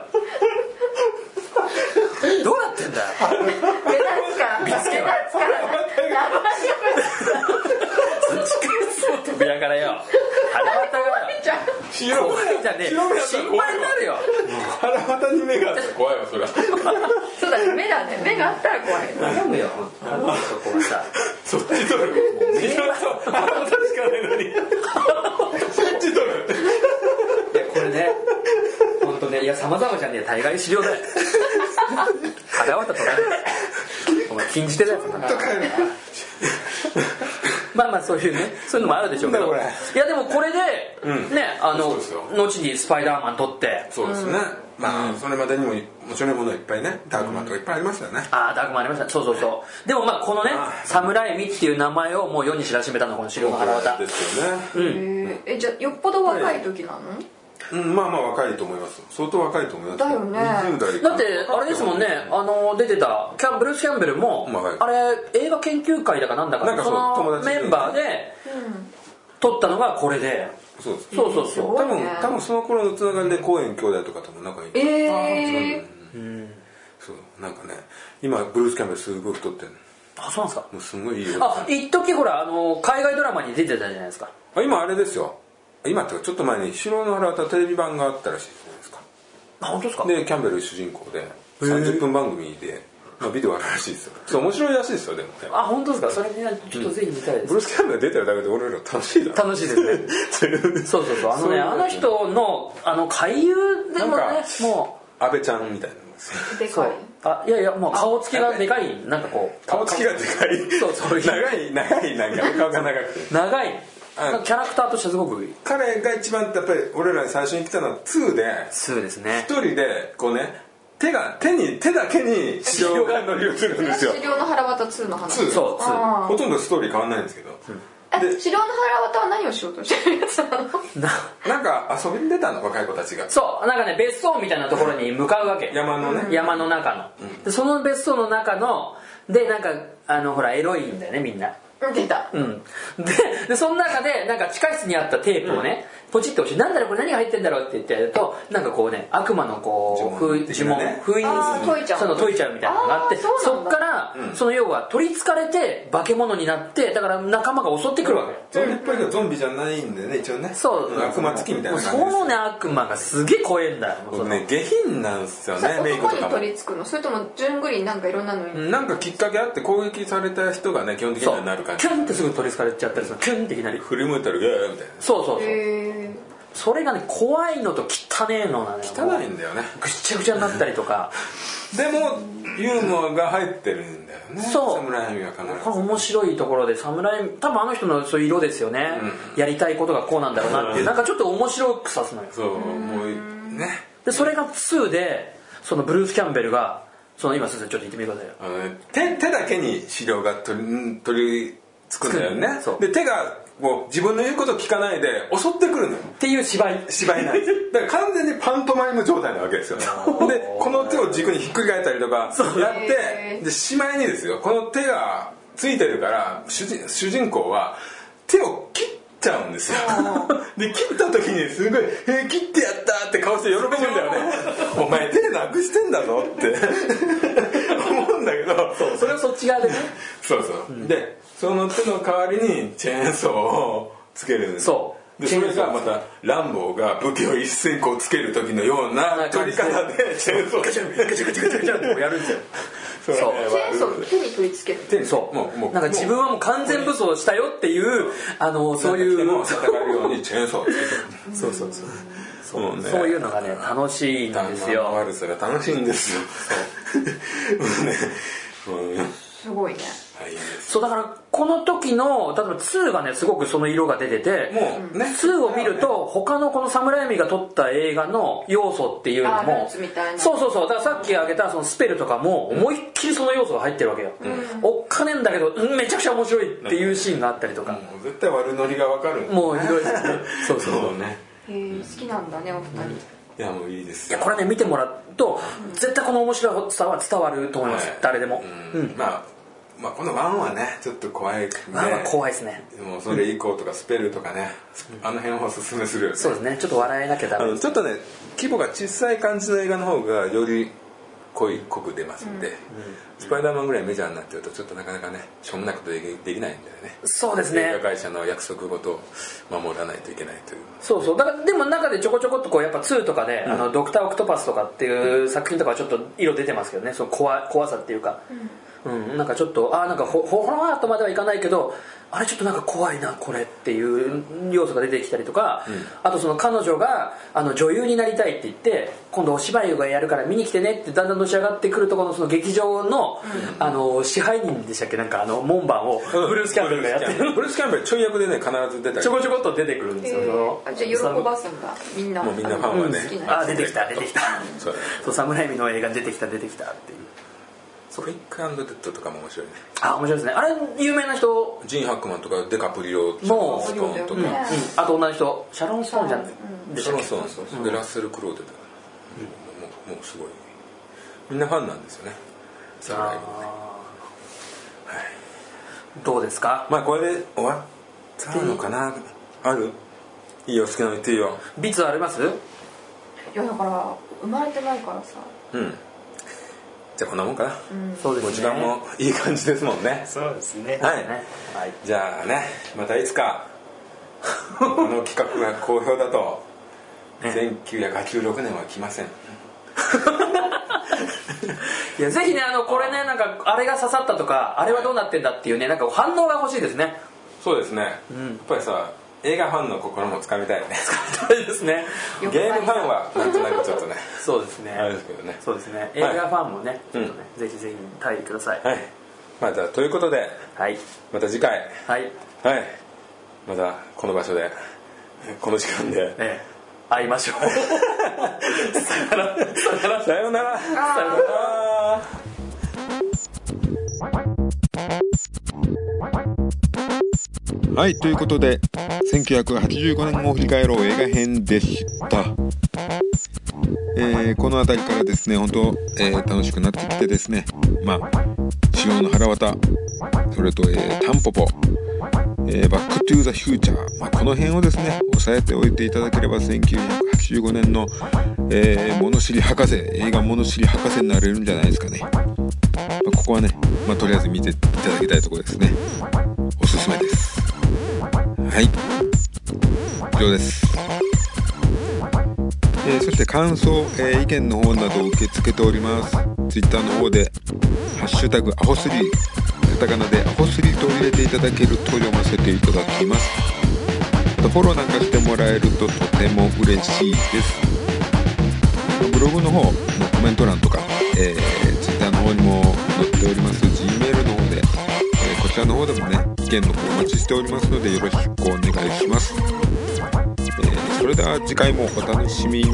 S5: どうなってんだよ
S3: 目 立つから目立つから
S5: 地下室の扉からよ腹渡がよ
S3: じゃ
S2: 白
S5: 怖いじゃねえ
S2: 白目だったら
S5: 心
S2: 怖い
S5: 配になるよ
S2: 腹股に目があったら怖いわそれは
S3: あそうだね目だね目があったら怖いよ
S5: 頼むよ本当にそこはさ
S2: そっち取る
S5: いや
S2: 腹股しかないのにそっち取る
S5: これね本当ねいや様々じゃねえ大概資料だよ肌渡取られるお前禁じ手だよそんなのまあまあそういうねそういうのもあるでしょうけど
S2: なんだこ
S5: いやでもこれで、ねあ
S2: そう
S5: の
S2: ですよ
S5: 後にスパイダーマン撮って
S2: そうですねまあそれまでにも面白いものいっぱいねダークマンとかいっぱいありましたよね
S5: ああダークもありましたそうそうそうでもまあこのね「侍ミっていう名前をもう世に知らしめたのがこの資料の腹渡
S2: ですよね
S3: ええじゃあよっぽど若い時なの、
S2: うんまあまあ若いと思います相当若いと思います
S3: だよね
S2: 20代
S5: だってあれですもんねあの出てたキャンブルース・キャンベルも、
S2: はい
S5: あれ映画研究会だかなんだか
S2: なんかそう友
S5: の
S2: 達で
S5: メンバーで撮ったのがこれで
S2: そうです
S5: そうそうそう
S2: 多分多分その頃のつながりで公園兄弟とかとも仲いい
S3: ええ
S2: そうなんかね今ブルース・キャンベルすごい太ってる
S5: あそうなんですか
S2: もうすごいいいよ
S5: あ一時ほらあの海外ドラマに出てたじゃないですか
S2: あ今あれですよ今っていうかちょっと前に「白の腹渡」テレビ版があったらしいじゃないですか
S5: あ本当ですか
S2: でキャンベル主人公で30分番組で、まあ、ビデオあるらしいですよそう面白いらしいですよでもね
S5: あ本当ですかそれにちょっとぜひ見たいです、
S2: ブルース・キャンベル出てるだけで俺ら楽しいだろ
S5: 楽しい ですねそうそうそうあの
S2: そうい
S5: ね
S2: うこと
S5: あの人のあの俳優でもね
S2: なんか
S5: も
S2: 安倍ちゃんみたいなもんですよ
S3: ー、で
S5: う
S3: かい
S5: あいやいやもう顔つきがでかいなんかこう
S2: 顔つきがでかい
S5: そうそ う
S2: 長い長いなんか顔が長くて
S5: 長い
S2: あ
S5: なんかキャラクターとしてすごく
S2: 彼が一番やっぱり俺らに最初に来たのは2で
S5: 通ですね
S2: 一人でこうね手が手に手だけに資料が乗り移るんですよ
S3: 資料の腹渡2の話
S2: 2
S5: そう通
S3: あ
S2: ほとんどストーリー変わんないんですけど、
S3: え資料の腹渡は何をしようとしてるやつなの
S5: な
S2: なんか遊びに出たの若い子たちが
S5: そうなんかね別荘みたいなところに向かうわけ
S2: 山のね
S5: 山の中の、でその別荘の中のでなんかあのほらエロいんだよねみんな
S3: 出た
S5: うんででその中でなんか地下室にあったテープをね、ポチって押して「なんだろうこれ何が入ってんだろう」って言ってやるとなんかこうね悪魔のこう
S1: 呪文
S5: 封
S1: 的
S5: 呪
S1: な
S5: 文
S1: ね
S5: 封印
S3: あー解いちゃう
S5: その解いちゃうみたいなのがあって
S3: あー
S5: そ
S3: そうな
S5: っ
S3: んだ
S5: から、
S1: うん
S5: その要は取りつかれて化け物になってだから仲間が襲ってくるわけ、
S1: ゾンビっぽいけどゾンビじゃないんだよね一応ね
S5: そう、
S1: ん悪魔つきみたいな感じ
S5: も
S1: で
S5: う
S1: す
S5: そのね悪魔がすげえ怖えんだよその
S2: 僕ね下品なんですよ
S3: それ
S2: ねメイクと
S3: 男に
S2: か
S3: 取
S2: も
S3: り付くのそれとも順繰りになんかいろんなのに、
S2: うんなんかきっかけあって攻撃された人がね基本的に
S5: そ
S2: は
S5: う
S2: なる感じ
S5: キュンってすぐ取りつかれちゃったりするキュンっていきなり
S2: 振り向いたら「ギャー」みたい
S5: そうそうそう、
S3: へ
S5: それがね怖いのと汚ねえのなのよ
S2: な汚い
S5: も
S2: んだよね
S5: うぐっちゃぐちゃになったりとか
S2: でもユーモアが入ってるんだよね
S5: そう
S2: 侍の意味は必
S5: これ面白いところで侍多分あの人のそういう色ですよね、やりたいことがこうなんだろうなっていうなんかちょっと面白くさすのよ
S2: ずそうもうね
S5: でそれが2でそのブルース・キャンベルがその今先生ちょっと言ってみてくださいよ
S2: あのね手手だけに資料が取り取りつくんだよね
S5: そう
S2: で手がもう自分の言うこと聞かないで襲ってくるのよ
S5: っていう芝居
S2: 芝居なんです だから完全にパントマイム状態なわけですよねでこの手を軸にひっくり返ったりとかやって
S3: へ
S2: でしまいにですよこの手がついてるから主人主人公は手を切っちゃうんですよ で切った時にすごい「えー切ってやった!」って顔して喜ぶんだよね「お前手なくしてんだぞ」 って思うんだけど
S5: それをそっち側でね
S2: そうそう、でその手の代わりにチェーンソーをつける
S5: そう
S2: で
S5: チ
S2: そ
S5: ェー
S2: れ
S5: ンソー
S2: がまた乱暴が武器を一線こうつける時のような取り方でチェーンソーをつける
S5: やるんですよ
S2: それ
S3: え
S2: は
S3: チェーンソーを手に取り付ける
S2: 手に
S5: そう
S2: もうもう
S5: なんか自分はもう完全武装したよっていうあのそうい
S2: も
S5: う
S2: う戦えるようにチェーンソーをつけるそうそうそうそうね
S5: そういうのがね楽しいん
S2: 弾
S5: です
S2: 丸の
S5: よ
S2: 悪さが楽しいんですよ もうねもうね
S3: すごいね
S2: 大変です
S5: そうだからこの時の例えば2がねすごくその色が出てて
S2: もうね
S5: 2を見ると他のこの侍海が撮った映画の要素っていうの
S3: あル
S5: も
S3: ーツみたいな
S5: そうそうそうだからさっき挙げたそのスペルとかも思いっきりその要素が入ってるわけよ、おっかねえんだけどうんめちゃくちゃ面白いっていうシーンがあったりとか、
S2: もう絶対悪ノリがわかる
S5: もうひど いですねそうそう
S2: そうね
S3: へー好きなんだねお二人、
S2: いやもういいです
S5: いや
S2: よ
S5: これね見てもらうと絶対この面白さは伝わると思います、
S2: はい
S5: 誰でも、
S2: うんまあまあこのワンはねちょっと怖いね
S5: まあまあ怖いですね
S2: でもそれ以降とかスペルとかね、あの辺をおすすめするよね
S5: そうですねちょっと笑えなきゃダ
S2: あ
S5: メ
S2: のちょっとね規模が小さい感じの映画の方がより濃い濃く出ますんで、スパイダーマンぐらいメジャーになっちゃうとちょっとなかなかねしょうもないことできできないんだよね
S5: そうですね
S2: 映画会社の約束事を守らないといけないという
S5: そうそうだからでも中でちょこちょこっとこうやっぱ2とかで、あのドクター・オクトパスとかっていう作品とかはちょっと色出てますけどねその怖怖さっていうか、うんなんかちょっとああなんかほほほらーとまではいかないけどあれちょっとなんか怖いなこれっていう要素が出てきたりとか、あとその彼女があの女優になりたいって言って今度お芝居をやるから見に来てねってだんだんのし上がってくるところのその劇場の,、あの支配人でしたっけなんかあの門番をブルース・キャンベルがやってる
S2: ブルースキャンベルちょい役でね必ず出たり
S5: ちょこちょこっと出てくるんですよ、その
S3: えーあじゃあ喜ばすんだみんな
S2: もうみんなファンはね
S3: 好きな
S5: あ出てきた出てきた
S2: そうだね
S5: そう侍海の映画出てきた出てきたっていう
S2: クイックアンドデッドとかも面白いね
S5: あ面白いですねあれ有名な人
S2: ジン・ハックマンとかデカプリオ
S5: もう
S2: ストーンと
S3: うん
S2: か
S5: あと女の人シャロン・ストーンじゃん、でした
S2: そ
S5: っ
S2: う
S5: け
S2: そうそうそうでラッセル・クローデだから、もうもうすごいみんなファンなんですよね侍のね
S5: どうですか
S2: まあこれで終わったのかなあるいいよ好きなの言っていいよ
S5: ビツあります
S3: いやだから生まれてないからさ
S2: うんじゃあこんなもんかな、
S5: そうですね
S2: もう時間もいい感じですもんね
S6: そうですね
S2: はい、
S5: ねはい
S2: じゃあねまたいつか この企画が好評だと、1986年は来ません
S5: いやぜひねあのこれねなんかあれが刺さったとかあれはどうなってんだっていうねなんか反応が欲しいですね
S2: そうですね、やっぱりさ映画ファンの心もつかみたいね
S5: そうですね
S2: ゲームファンはなんとなくちょっとね
S5: そうですね
S2: あれですけどね
S5: そうですね映画ファンもね,、ちょっとねぜひぜひ対比ください
S2: はいまあじゃあということで
S5: はい
S2: また次回
S5: はい
S2: はいまたこの場所でこの時間で
S5: ええ会いま しょうさよならさよなら
S2: さようなら
S5: さよなら
S1: はい、ということで、1985年を振り返ろう映画編でした。えーこの辺りからですね、本当、えー楽しくなってきてですね、まあ、塩の腹渡、それと、えータンポポ、ええーバックトゥーザフューチャー、まあ、この辺をですね、押さえておいていただければ、1985年の、えー物知り博士、映画物知り博士になれるんじゃないですかね。まあここはね、まあとりあえず見ていただきたいところですね。おすすめです。はい。以上です。えーそして感想、えー意見の方などを受け付けております Twitter の方で「ハッシュタグアホスリー」カタカナでアホスリーと入れていただけると読ませていただきますあとフォローなんかしてもらえるととても嬉しいですブログの方のコメント欄とか、えー、Twitter の方にも載っております Gmail の方で、えーこちらの方でもね意見の方お待ちしておりますのでよろしくお願いしますえーそれでは次回もお楽しみに